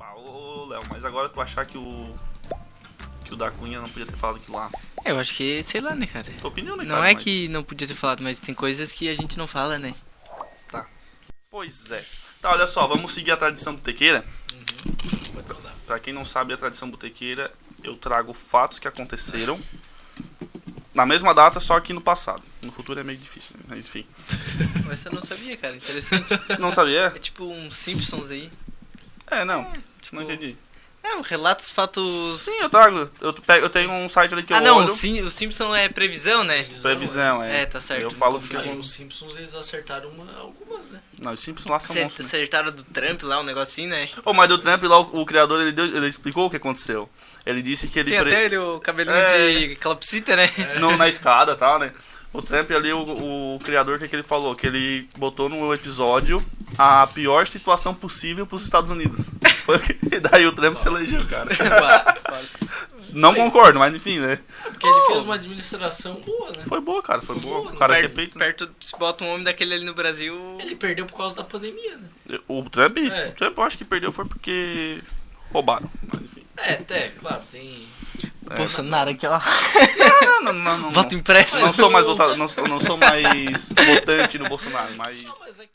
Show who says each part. Speaker 1: falou, Léo, mas agora tu achar que o. que o da Cunha não podia ter falado aquilo lá.
Speaker 2: É, eu acho que, sei lá, né, cara?
Speaker 1: Tua opinião, né,
Speaker 2: Não
Speaker 1: cara?
Speaker 2: é
Speaker 1: Mas-
Speaker 2: que não podia ter falado, mas tem coisas que a gente não fala, né?
Speaker 1: Pois é. Tá, olha só, vamos seguir a tradição botequeira.
Speaker 3: Pode mandar.
Speaker 1: Pra quem não sabe a tradição botequeira, eu trago fatos que aconteceram na mesma data, só que no passado. No futuro é meio difícil, né? mas enfim.
Speaker 2: Essa eu não sabia, cara. Interessante.
Speaker 1: Não sabia?
Speaker 2: É tipo um Simpsons aí.
Speaker 1: É, não.
Speaker 2: Tipo,
Speaker 1: Não entendi.
Speaker 2: É, um relatos, fatos.
Speaker 1: Sim, eu trago. Eu, pego- eu tenho um site ali que
Speaker 2: ah,
Speaker 1: eu
Speaker 2: não, o,
Speaker 1: olho.
Speaker 2: Sim, o Simpson é previsão, né?
Speaker 1: Previsão, é.
Speaker 2: É, tá certo.
Speaker 1: Eu falo que
Speaker 2: Confio.
Speaker 3: Aí
Speaker 1: eu...
Speaker 3: os Simpsons eles acertaram uma- algumas, né?
Speaker 1: Não, os Simpsons lá são
Speaker 2: Acer-
Speaker 1: monstros. Né?
Speaker 2: Acertaram do Trump lá, um negocinho, né?
Speaker 1: Ô, mas do Trump lá, o, o criador, ele, deu- ele explicou o que aconteceu. Ele disse que ele...
Speaker 2: Tem
Speaker 1: pre-
Speaker 2: até ele o cabelinho
Speaker 1: É.
Speaker 2: de calopsita, né?
Speaker 1: no, na escada e tal, né? O Trump ali, o, o criador, o que, que ele falou? Que ele botou no episódio a pior situação possível pros Estados Unidos. Foi o que- e daí o Trump se elegeu, cara. É. Não concordo, mas enfim, né?
Speaker 3: Porque ele fez uma administração boa, né?
Speaker 1: Foi boa, cara, foi boa. O
Speaker 3: boa,
Speaker 1: cara que é
Speaker 2: Per-
Speaker 1: peito.
Speaker 2: perto, se bota um homem daquele ali no Brasil.
Speaker 3: Ele perdeu por causa da pandemia, né?
Speaker 1: O Trump,
Speaker 3: É.
Speaker 1: o Trump eu acho que perdeu foi porque roubaram. Mas enfim.
Speaker 3: É, até, claro, tem.
Speaker 1: É.
Speaker 2: Bolsonaro aqui, ó.
Speaker 1: Ah, Não, não, não, não, não.
Speaker 2: Voto impresso.
Speaker 1: Não sou mais votado, não, sou- não sou mais votante no Bolsonaro, mas.
Speaker 3: Não, mas é que.